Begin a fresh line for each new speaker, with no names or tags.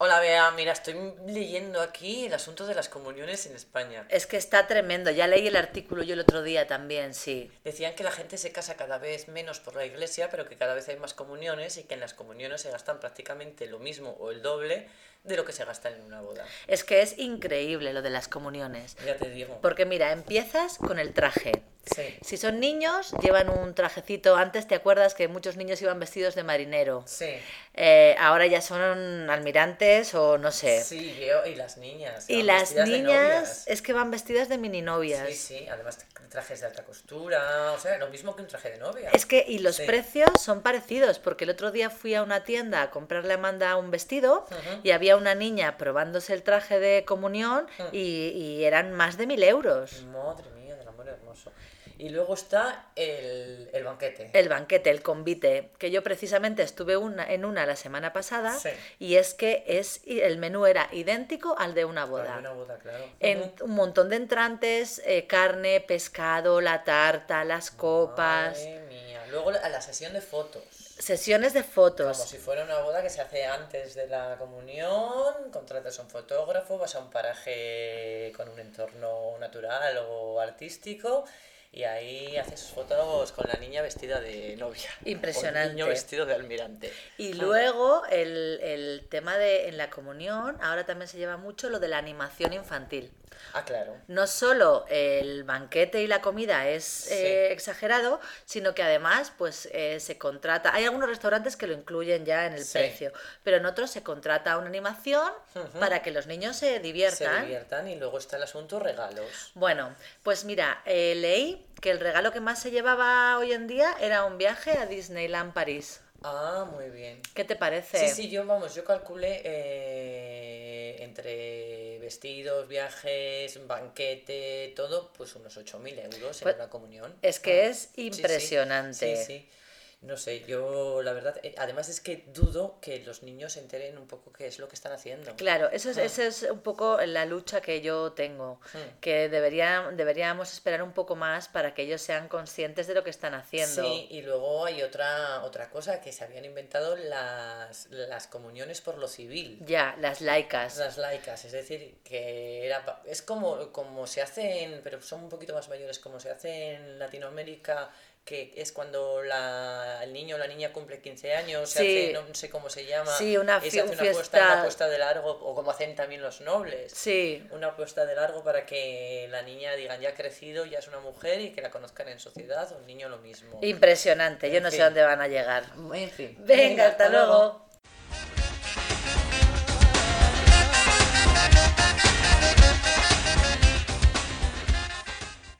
Ah, mira, estoy leyendo aquí el asunto de las comuniones en España.
Es que está tremendo. Ya leí el artículo yo el otro día también, sí.
Decían que la gente se casa cada vez menos por la iglesia, pero que cada vez hay más comuniones y que en las comuniones se gastan prácticamente lo mismo o el doble de lo que se gasta en una boda.
Es que es increíble lo de las comuniones.
Ya te digo.
Porque mira, empiezas con el traje.
Sí.
Si son niños, llevan un trajecito. Antes te acuerdas que muchos niños iban vestidos de marinero.
Sí.
Eh, ahora ya son almirantes o no sé.
Sí, yo- y las niñas.
y
van
las
vestidas de
niñas
novias.
es que van vestidas de mini novias.
Sí, sí, además trajes de alta costura, o sea, lo mismo que un traje de novia.
Es que, y los
Sí.
precios son parecidos, porque el otro día fui a una tienda a comprarle a Amanda un vestido
Ujú.
y había una niña probándose el traje de comunión
Mm.
y, y eran más de mil euros.
Madre mía, del amor hermoso. Y luego está el, el banquete.
El banquete, el convite, que yo precisamente estuve una, en una la semana pasada
Sí.
y es que es y el menú era idéntico al de una boda.
Claro, Una boda, claro.
En un montón de entrantes, eh, carne, pescado, la tarta, las copas,
Madre mía. Luego la, la sesión de fotos.
sesiones de
Como
fotos.
si fuera una boda que se hace antes de la comunión, contratas a un fotógrafo, vas a un paraje con un entorno natural o artístico y ahí haces fotos con la niña vestida de novia. o el
Impresionante.
niño vestido de almirante.
Y
Ah.
luego el, el tema de en la comunión, ahora también se lleva mucho lo de la animación infantil.
Ah, claro.
No solo el banquete y la comida es eh, exagerado, sino que además pues eh, se contrata, hay algunos restaurantes que lo incluyen ya en el
Sí.
precio, pero en otros se contrata una animación
Ujú.
para que los niños se diviertan.
Se diviertan y luego está el asunto regalos.
Bueno, pues mira, eh, leí que el regalo que más se llevaba hoy en día era un viaje a Disneyland París.
Ah, muy bien.
¿Qué te parece?
Sí, sí, yo, vamos, yo calculé eh, entre vestidos, viajes, banquete, todo, pues unos 8.000 euros en
Pues,
una comunión.
es que
Ah,
es
sí, sí.
impresionante.
Sí, sí. No sé, yo la verdad, eh, además es que dudo que los niños se enteren un poco qué es lo que están haciendo.
Claro, eso es,
Ah.
esa es un poco la lucha que yo tengo,
Hmm.
que debería, deberíamos esperar un poco más para que ellos sean conscientes de lo que están haciendo.
Sí, y luego hay otra, otra cosa, que se habían inventado las, las comuniones por lo civil.
Ya, las laicas.
Las laicas, es decir, que era pa- es como, como se hace en, pero son un poquito más mayores, como se hace en Latinoamérica, que es cuando la, el niño o la niña cumple 15 años, se hace,
Sí.
no sé cómo se llama,
Sí, una
y
fie-
se hace
un
una apuesta, una
fiesta-
apuesta de largo, o como hacen también los nobles.
Sí,
Una apuesta de largo para que la niña digan ya ha crecido, ya es una mujer y que la conozcan en sociedad, o el niño lo mismo.
impresionante. Yo
En
no sé
fin.
dónde van a llegar.
En fin.
Venga, hasta luego.